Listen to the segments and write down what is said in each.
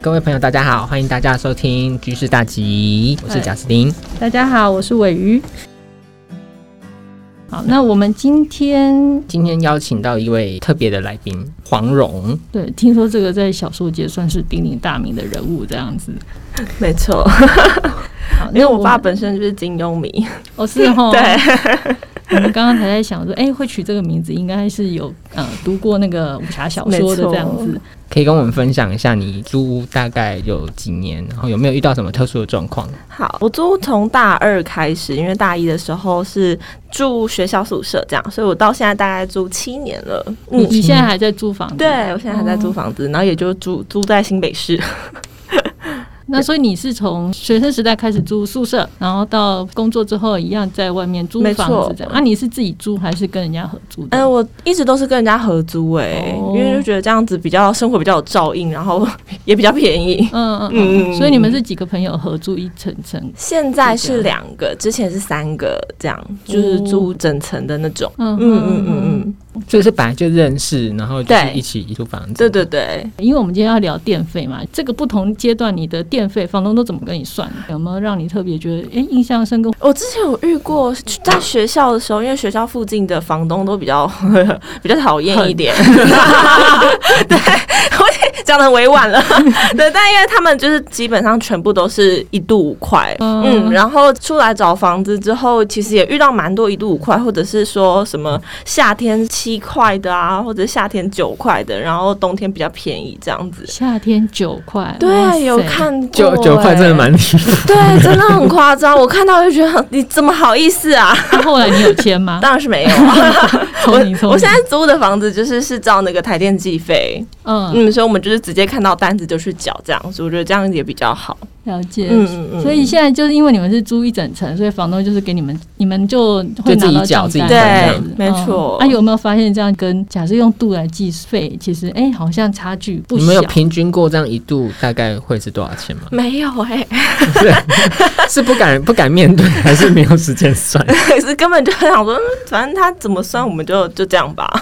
各位朋友，大家好，欢迎大家收听《居士大吉》，我是贾斯汀。大家好，我是尾鱼。好，那我们今天今天邀请到一位特别的来宾黄蓉，对听说这个在小说界算是鼎鼎大名的人物，这样子。没错，好 因为我爸们本身就是金庸迷，哦是哦， 对，我们刚刚才在想说，哎、会取这个名字应该是有呃读过那个武侠小说的这样子。可以跟我们分享一下你租屋大概有几年，然后有没有遇到什么特殊的状况？好，我租从大二开始，因为大一的时候是住学校宿舍这样，所以我到现在大概住七年了。你嗯，你现在还在租房子？对，我现在还在租房子，然后也就租租在新北市。 那所以你是从学生时代开始住宿舍，然后到工作之后一样在外面租没错房子这样。啊，你是自己租还是跟人家合租的？嗯、我一直都是跟人家合租诶、哦因为就觉得这样子比较生活比较有照应，然后 也比较便宜。嗯嗯嗯，嗯所以你们是几个朋友合租一层层？现在是两个，之前是三个，这样就是租整层的那种。嗯嗯嗯嗯嗯，所以是本来就认识，然后就是对一起租房子。对对对。嗯，因为我们今天要聊电费嘛，这个不同阶段你的电费房东都怎么跟你算？有没有让你特别觉得诶哎印象深刻？我之前有遇过，在学校的时候，因为学校附近的房东都比较 比较讨厌一点， 对，我也讲的委婉了，对，但因为他们就是基本上全部都是一度五块，嗯嗯，然后出来找房子之后，其实也遇到蛮多一度五块，或者是说什么夏天七块的啊，或者夏天九块的，然后冬天比较便宜这样子。夏天九块，哎哇塞对，有。看过、欸九九块真的蛮离嗯谱。对，真的很夸张。我看到就觉得你怎么好意思啊？那、后来你有签吗？ 当然是没有、 啊。我聪明聪明，我现在租的房子就是是照那个台电计费，嗯嗯，所以我们就是直接看到单子就去缴这样，所以我觉得这样也比较好。了解。嗯嗯嗯。所以现在就是因为你们是租一整层，所以房东就是给你们，你们就会就自拿己到缴账自己分单这这样对样子，没错。？嗯啊，有没有发现这样跟假设用度来计费，其实哎、好像差距不你小们有。平均过这样一度大概会是多少 钱吗没有哎、 是不敢不敢面对，还是没有时间 算可是根本就想说，嗯反正他怎么算，我们就就这样吧。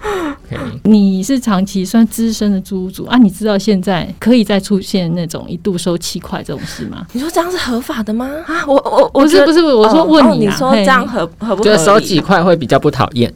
？OK，你是长期算资深的租屋主啊？你知道现在可以再出现那种一度收七块这种事 吗？你说这样是合法的吗？啊，我我我不是觉得不是，我说哦问哦你啊，说嘿这样合合不合就理？是收几块会比较不讨厌，？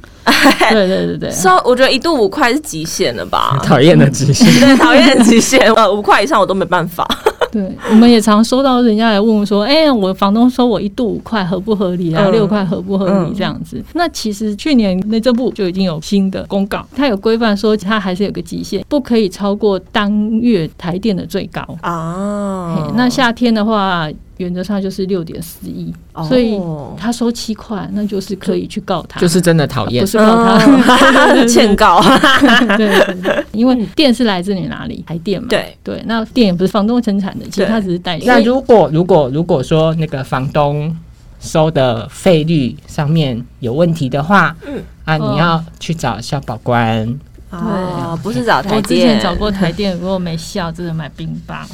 对对对对，收？我觉得一度五块是极限了 吧讨厌的极限。对，讨厌极限，呃，五块以上我都没办 法。对，我们也常收到人家来问说，哎、我房东收我一度五块合不合理啊，嗯六块合不合理嗯这样子。那其实去年内政部就已经有新的公告，它有规范说它还是有个极限，不可以超过当月台电的最高。啊嘿那夏天的话，原则上就是六点四一，哦所以他收七块，那就是可以去告他，就是真的讨不厌，是告他。哦 欠告，对对对，因为电是来自你哪里？台电嘛。对，对，那电也不是房东生产的，其实对它只是代理。那如果如果如果说那个房东收的费率上面有问题的话，嗯啊，哦你要去找消保官。啊，不是找台我之阶前，找过台电，如果没效，真的买冰棒。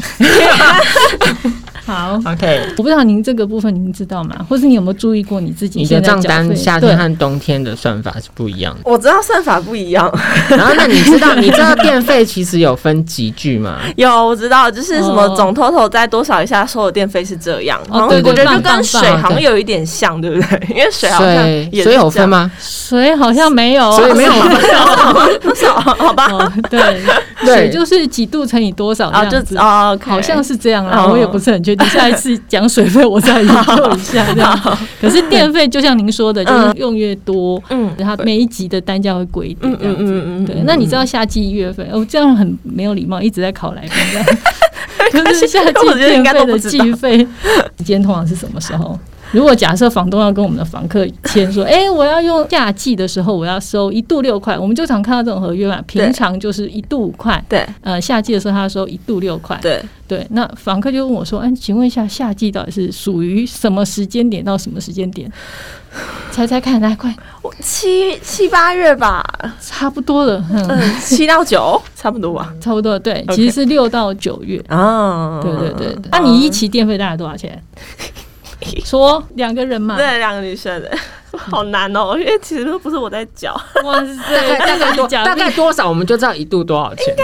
好， OK，我不知道您这个部分您知道吗？或是你有没有注意过你自己你的现在账缴单费夏对天和冬天的算法是不一样的。我知道算法不一样，然后，那你知道你知道电费其实有分几句吗？ 有我知道，就是什么哦总 total 在多少以下收的电费是这样，哦然后对我对觉得就棒棒跟水棒好像对有一点像，对不对？因为水好像水也水有是分这 样？吗？水好像没有哦，所以没有分。多少？好吧，哦，对， 对水就是几度乘以多少啊，这就样子。啊，好像是这样啦，哦我也不是很确定。下一次讲水费，我再研究一下这样子。可是电费就像您说的，就是嗯用越多，嗯它每一集的单价会贵一点嗯这样嗯子。嗯嗯，对，那你知道夏季一月份，我、哦、这样很没有礼貌，一直在考来宾 这样。 可是夏季我觉得电应该费都的不知道计费时间通常是什么时候？如果假设房东要跟我们的房客签 说，哎、我要用夏季的时候，我要收一度六块，我们就常看到这种合约嘛，平对常就是一度五块，对呃，夏季的时候他收一度六块，对，对，那房客就问我说：“哎，请问一下，夏季到底是属于什么时间点到什么时间点？”猜猜看，来快，我七七八月吧，差不多了，嗯，嗯，七到九 差不多吧。差不多了，对， OK 其实是六到九月，啊，对对对。那、你一期电费大概多少 钱？说两个人嘛，对，两个女生 的，好难哦，因为其实都不是我在教，哇塞，大概这个 多假大概多少我们就知道一度多少钱。哎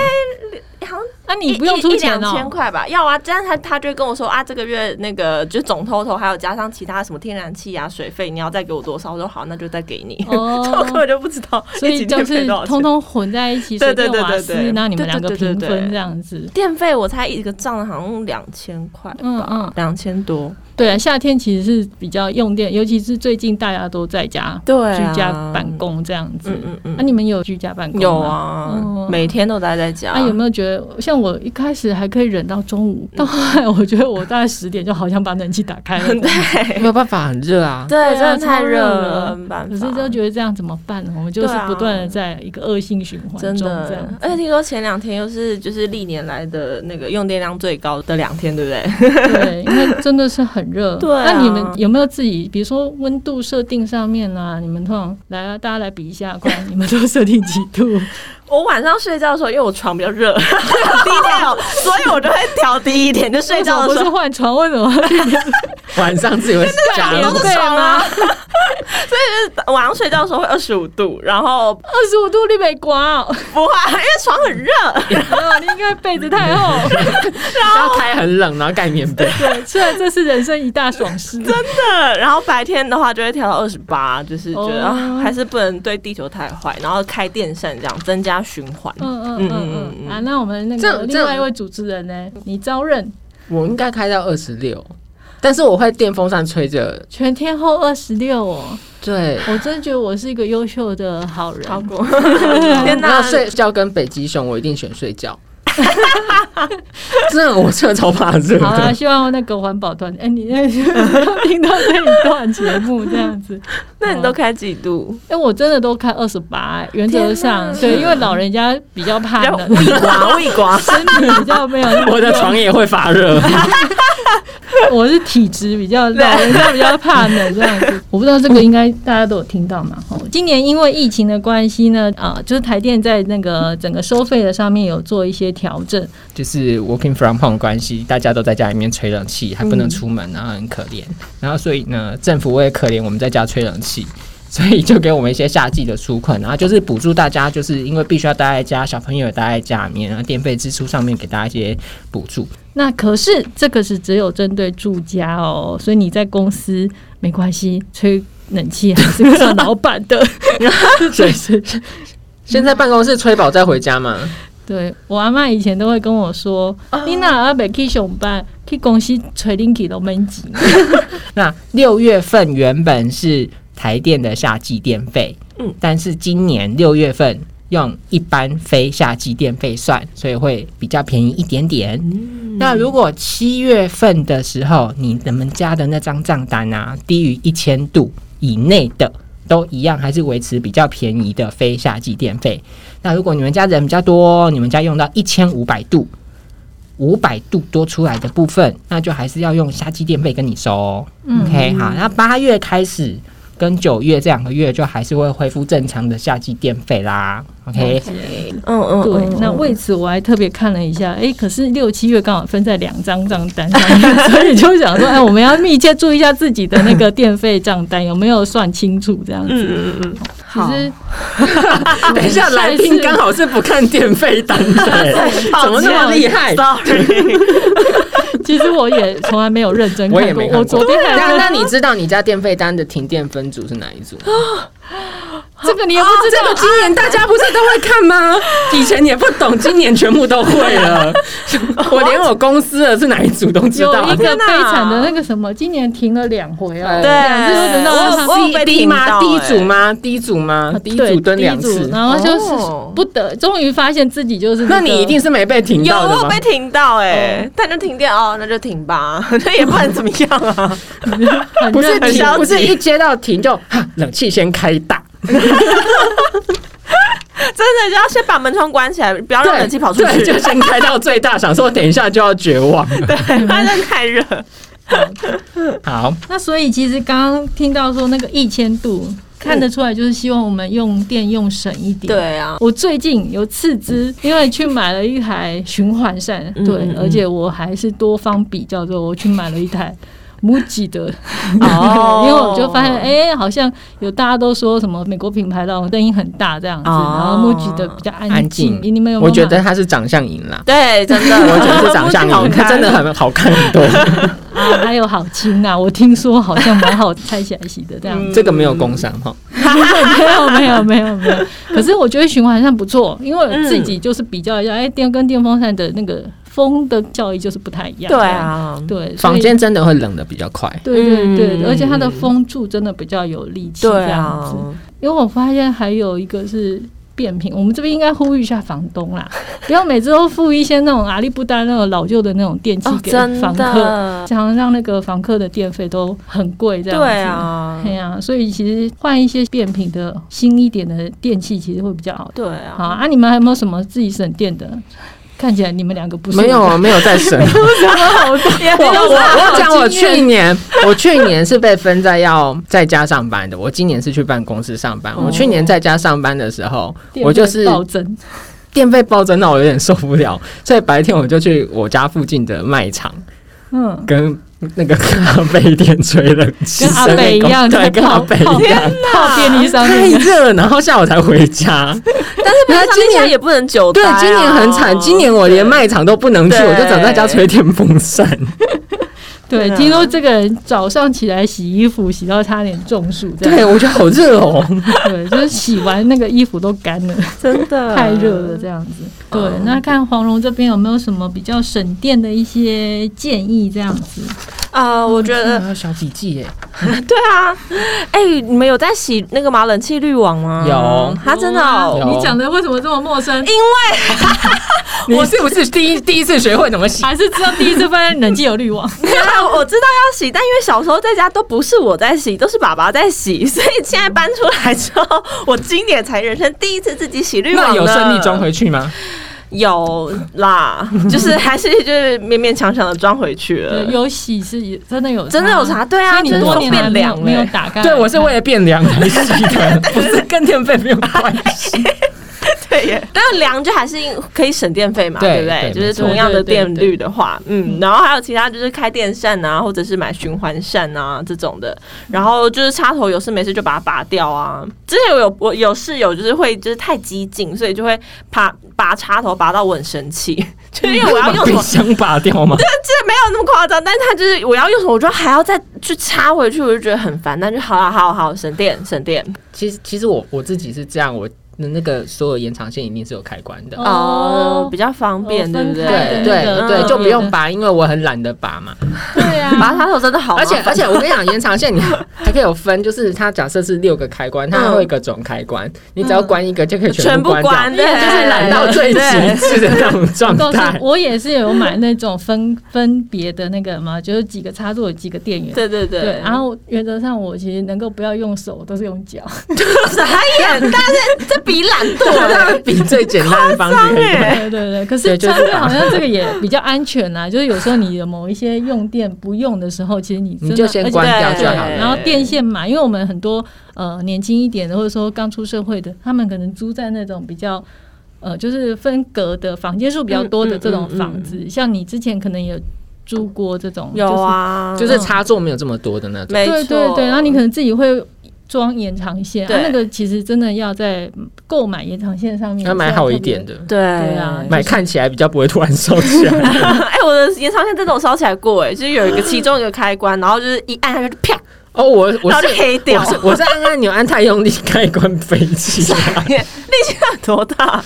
好像那啊你一不用出钱一两千哦。块吧？要啊，这样他他就会跟我说啊，这个月那个就总 total 还有加上其他什么天然气啊、水费，你要再给我多少？我说好，那就再给你。 这我哦，根本就不知道，所以就是通通混在一起，对水对电对瓦对斯对，那你们对两个对对平对分对这样子。电费，我才一个账好像两千块嗯吧，嗯两千多，对啊，夏天其实是比较用电，尤其是最近大家都在家对啊居家办，公这样子。嗯嗯那、嗯，你们有居家办公吗？有。啊哦，啊每天都待在家，那、有没有觉得，像我一开始还可以忍到中午，嗯到后来我觉得我大概十点就好像把冷气打 开了，对没有办法，很热 啊。对，啊真的太超热了了，没办可是法。就觉得这样怎么办呢？我们就是对啊不断的在一个恶性循环真中这样的，而且听说前两天又是就是历年来的那个用电量最高的两天，对不对？对，因为真的是很热。 对啊那你们有没有自己，比如说温度设定上面啊？你们通常来啊，大家来比一下，快， 你们都设定几度？我晚上睡觉的时候，因为我床比较热， 低调，所以我就会调低一点，就睡觉为的什么不是时候。换床，为什么要去 晚上自己会加 棉入都是被床吗啊？晚上睡觉的时候会二十五度，然后二十五度你没刮哦， 不会，因为床很热，哦你应该被子太厚。要开很冷，然后盖棉被。对，虽然这是人生一大爽事，真的。然后白天的话就会调到二十八，就是觉得、哦啊还是不能对地球太坏，然后开电扇这样增加循环。嗯嗯嗯嗯嗯嗯嗯啊，那我们那这个这另外一位主持人呢？你招认我应该开到二十六，但是我会电风扇吹着。全天候二十六哦，对，我真觉得我是一个优秀的好人。超过， 天那哪！睡觉跟北极熊，我一定选睡 觉。真的，我真的超怕热好啦，的。希望那个环保团，哎、 你那听到这一段节目这样子，那你都开几度？哎、我真的都开二十八，哎原则上天哪对，因为老人家比较怕要冷，胃刮，胃 刮。身体比较没有那么我的床也会发热， 我是体质比较老人家比较怕冷这 样子。我不知道这个应该大家都有听到嘛？哦，今年因为疫情的关系呢，啊、就是台电在那个整个收费的上面有做一些调整。 就是 working from home 的关系，大家都在家里面吹冷气，还不能出门，然后很可怜。然后所以呢，政府为了可怜我们在家吹冷气， 所以就给我们一些夏季的纾困，然后就是补助大家，就是因为必须要待在家，小朋友也待在家里面，然后电费支出上面给大家一些补助。那可是这个是只有针对住家哦，所以你在公司没关系，吹冷气还是算老板的。所以 是现在办公室吹饱再回家嘛？对我阿妈以前都会跟我说：“啊你哪阿北去上班，去公司吹冷气都闷死。那六月份原本是台电的夏季电费，嗯但是今年六月份用一般非夏季电费算，所以会比较便宜一点点。那如果七月份的时候，你你们家的那张账单啊，低于一千度以内的。都一样，还是维持比较便宜的非夏季电费。那如果你们家人比较多，你们家用到一千五百度，五百度多出来的部分，那就还是要用夏季电费跟你收、哦。OK，好，那八月开始跟九月这两个月就还是会恢复正常的夏季电费啦。OK，, 哦嗯嗯，对嗯，那 为此我还特别看了一下，哎、可是六七月刚好分在两张账单上面，所以就想说，哎、我们要密切注意一下自己的那个电费账单有没有算清楚，这样子。嗯嗯嗯，其 好实，等一下来宾刚好是不看电费单的，怎么那么厉 害？ Sorry，其实我也从来没有认真我看也过，没我看过昨天还那在那你知道你家电费单的停电分组是哪一组？这个你也不知这道，个今年大家不是都会看吗？ 以前也不懂，今年全部都会 了。我连我公司的是哪一组都知有道哎一。个天悲哪惨的那个什么，今年停了两回啊，对两次都哦等到我他有我有被第一听吗？到第一欸组吗？第一组吗？哎啊第一对组蹲第一两组次。然后就是哦不得，终于发现自己就是这个、那你一定是没被停有到的我有吗被？停到哎，但就停电哦，那就停吧，那也不能怎么样啊。很不是认真停消，极不是一接到停就哈，冷气先开大。真的就要先把门窗关起来，不啊要让冷气跑出对去，就先开到最大，想说等一下就要绝 望了。对，它真的太热。好，那所以其实刚刚听到说那个一千度，看得出来就是希望我们用电用省一点。。对啊，我最近有斥资，因为去买了一台循环扇，嗯对嗯，嗯 而且我还是多方比较之后，我去买了一台 MUJI 的，哦因为我就发现，哎、好像有大家都说什么美国品牌的红灯音很大这样子，哦然后 MUJI 的比较安安静静。你们有没我有觉买得它是长相赢啦，对，真的， 我觉得是长 相好赢，它看，真的很好看很多。啊，还有好轻啊，我听说好像蛮好拆起来洗的这样子。这个没有工伤哈，没有没有没有没有，可是我觉得循环扇不错，因为我自己就是比较一下，哎、电跟电风扇的那个风的效益就是不太一样。对，啊，对，所以房间真的会冷的比较快。对对对，嗯而且它的风柱真的比较有力气，这对样啊子。，因为我发现还有一个是变频，我们这边应该呼吁一下房东啦，不要每次都付一些那种阿里不丹那种老旧的那种电器哦，给真房客，的，常常让那个房客的电费都很贵，这样子。对啊，对呀、所以其实换一些变频的新一点的电器，其实会比较好。对好啊，啊，你们还有没有什么自己省电的？看起来你们两个不是没有啊，没有在 省。也我我我讲，我经验去年，我去年是被分在要在家上班的，我今年是去办公室上班。我去年在家上班的时候，哦电费我就是暴增，电费暴增到我有点受不了，所以白天我就去我家附近的卖场嗯，跟那个 咖啡店吹冷气，跟阿北一样，对，在跟阿泡北泡一样，泡便利商太店。热了，然后下午才回家。但是平常今年也不能久待对啊，今年很惨，今年我连卖场都不能去，对我就只能在家吹电风扇。对，对啊听说这个人早上起来洗衣服，洗到差点中暑，这对，样我觉得好热哦。对，就是洗完那个衣服都干了，真的太热了，这样子。对，嗯那看黄蓉这边有没有什么比较省电的一些建议，这样子。啊，我觉 得还有小笔记耶，对啊，哎、你们有在洗那个吗？冷气滤网吗？有他真的、哦哎有你讲的为什么这么陌生？你是不是第一第一次学会怎么洗？还是知道第一次发现冷气有滤网？对啊， 我知道要洗，但因为小时候在家都不是我在洗，都是爸爸在洗，所以现在搬出来之后，我今年才人生第一次自己洗滤网那呢有顺利装回去 吗？有啦，就是还是就是勉勉强强的装回去了对，。有洗是真的有，真的有查，。对所啊，以就你是多年来变没有凉没有了。打开。对，我是为了变凉才洗 的，不是跟电费没有关 系。对耶，但是凉就还是可以省电费嘛，对对不对对？就是没错同样对的对电对率的话，嗯，然后还有其他就是开电扇啊，或者是买循环扇啊这种的，然后就是插头有事没事就把它拔掉啊。之前我有我有室友就是会就是太激进，所以就会拔拔插头拔到我很生气， 就是因为我要用什冰 么。 箱拔掉吗？这没有那么夸张，但是他就是我要用什么，我就还要再去插回去，我就觉得很烦。那就好了，好好好，省电省电。其实其实我我自己是这样，我的那个所有延长线一定是有开关的。哦，比较方便，哦对不对？对分开对的对，就不嗯用拔，因为我很懒得拔嘛。对 啊，拔插头真的好麻而烦，且而且，我跟你讲，延长线你还还可以有分，就是它假设是六个开关，它还会有一个总开嗯关，你只要关一个就可以全部部关掉，关，对，就是懒到最极致的那 种状告诉态。我也是有买那种分分别的那个嘛，就是几个插座有几个电源。对对对，对，然后原则上我其实能够不要用手，都是用脚。傻眼，但是这比懒 惰他了们比最简单的方式可以耶用。对对对，可是对就是相对好像这个也比较安全啦，就是有时候你的某一些用电不用的时候，其实你真你的就先而且关掉对就好对，了。然后电线嘛，因为我们很多呃年轻一点的，或者说刚出社会的，他们可能租在那种比较。呃，就是分隔的房间数比较多的这种房子，像你之前可能也租过这种，有，啊，就是插座没有这么多的那种。没就是、对对错，对，然后你可能自己会装延长线，啊对、那个其实真的要在购买延长线上面要买好一点的，的，对对啊买看起来比较不会突然烧起 来。哎，我的延长线真的我烧起来过，哎，就是有一个其中一个开关，然后就是一按下去就啪， 哦，我我然后是就黑掉我。是我是按按钮按太用力，开关飞起 来，力气要多大？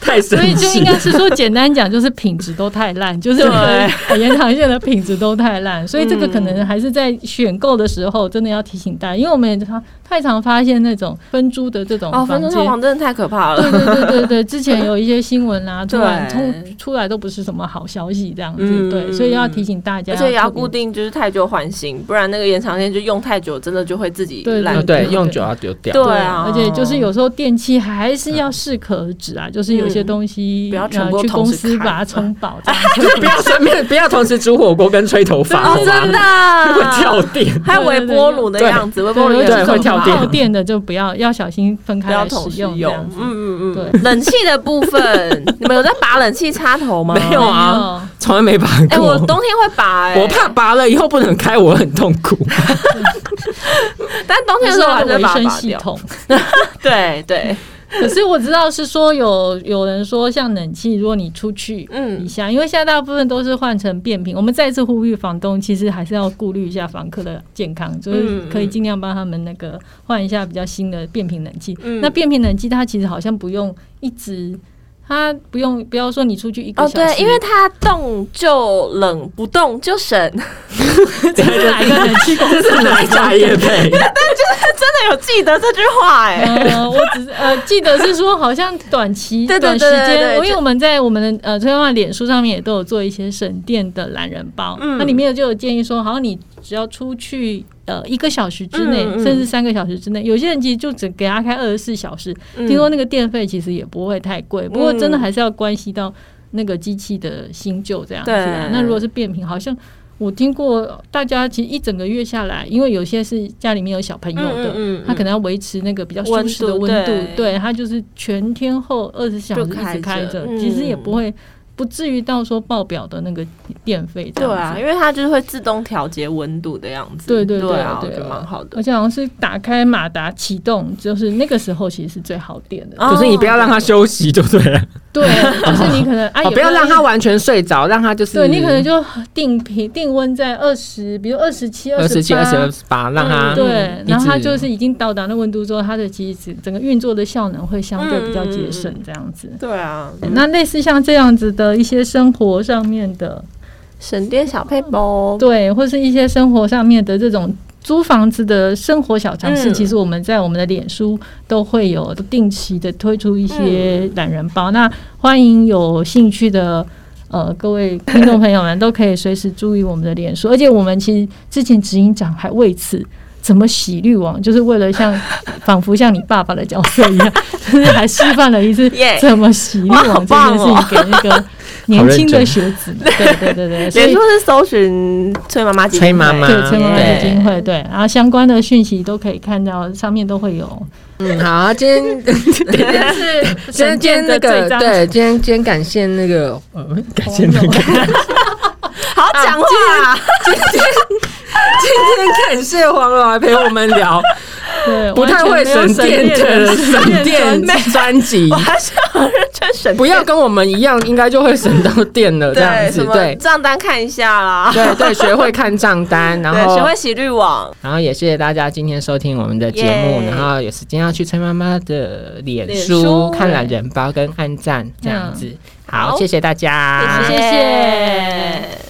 太生所以就气应该了。是说，简单讲就是品质都太烂，就是我们延长线的品质都太烂，所以这个嗯可能还是在选购的时候真的要提醒大家，因为我们也常太常发现那种分租的这种哦，分房钟间。套房真的太可怕对了。对对对对，之前有一些新闻 啊，突然对冲出来都不是什么好消息，这样子、嗯对，所以要提醒大家，而且也要固特别。定，就是太久换新，不然那个延长线就用太久，真的就会自己对烂哦掉。对，用久要丢掉。对啊，而且就是有时候电器还是要适可而止啊，就是有些东西，嗯不要全呃部去同公时司看把它冲饱，这样就不要顺便不要同时煮火锅跟吹头发，好哦，真的吗？会跳啊，电。还有微波炉的样子，微波炉对，有也对这是会种跳吧电耗电的就不要要小心分不开要来同使时用，这用样，子。嗯嗯嗯。对，冷气的部 分，你们有在拔冷气插头吗？没有啊，从来没拔过。哎、我冬天会拔、哎，我怕拔了以后不能开，我很痛苦。但冬这 天的是时候我它还的是会维把它生拔系掉。统。对对，可是我知道是说有有人说，像冷气，如果你出去嗯一下，因为现在大部分都是换成变频。我们再次呼吁房东，其实还是要顾虑一下房客的健康，嗯就是可以尽量帮他们那个换一下比较新的变频冷气。嗯那变频冷气它其实好像不用一直，它不用不要说你出去一个哦小时，对，因为它动就冷，不动就省。这是 哪一个冷气公司？哪一家业配？ 真的有记得这句话哎、呃，我只是呃记得是说，好像短期对对短时对对间，对因就为我们在我们的呃推广脸书上面也都有做一些省电的懒人包，嗯那里面就有建议说，好像你只要出去呃一个小时之内，嗯嗯甚至三个小时之内，有些人其实就只给他开二十四小时，嗯听说那个电费其实也不会太贵，不过真的还是要关系到那个机器的新旧这样子、啊对。那如果是变频，好像。我听过大家其实一整个月下来，因为有些是家里面有小朋友的，嗯它可能要维持那个比较呃舒适的温温度度，对对，它就是全天候二十小时就一开直开着着，嗯其实也不会不至于到说爆表的那个电费这对样啊，子。因为它就是会自动调节温度的样子。对对对对啊，我对觉得蛮好的。而且好像是打开马达启动，就是那个时候其实是最耗电的。哦就是你不要让他休息就对了，对，就是你可能啊， 哦，也不要让他一直。完全睡着，让他就是对你可能就定频定温在二十，比如二十七、二十七、八、二十二、八，让他对一，直嗯然后它就是已经到达那温度之后，它的机子整个运作的效能会相对比较节省这样子。对啊，那类似像这样子的一些生活上面的，省电小配包。对，或是一些生活上面的这种租房子的生活小常识，嗯其实我们在我们的脸书都会有定期的推出一嗯些懒人包。那欢迎有兴趣的。呃，各位听众朋友们都可以随时注意我们的脸书，而 且我们其实之前执行长还为此怎么洗滤网，就是为了像 仿佛像你爸爸的角色一样， 就是还示范了一 次耶怎么洗滤哇网好这件棒事哦情给那个年轻的学子 们。对对对对，所脸以书是搜寻崔妈妈基金会，崔妈妈对，成功对基金会，对，然后相关的讯息都可以看到，上面都会有。嗯，好啊，今天今天是 今天今天那个对，今天今天感谢那 个，嗯，感谢那个，今好讲话啊，天感谢黄老来陪我们聊对，不太会省电的省电专辑我。还是很认真省电。不要跟我们一样，应该就会省到电了这样对子什。么对 账单看一下啦，对对，学会看账单，然对，后学会洗滤网，然后也谢谢大家今天收听我们的节目，耶然后有时间要去崔妈妈的脸脸书书看懒人包跟按赞这样子。好，好谢谢大家，谢谢谢谢。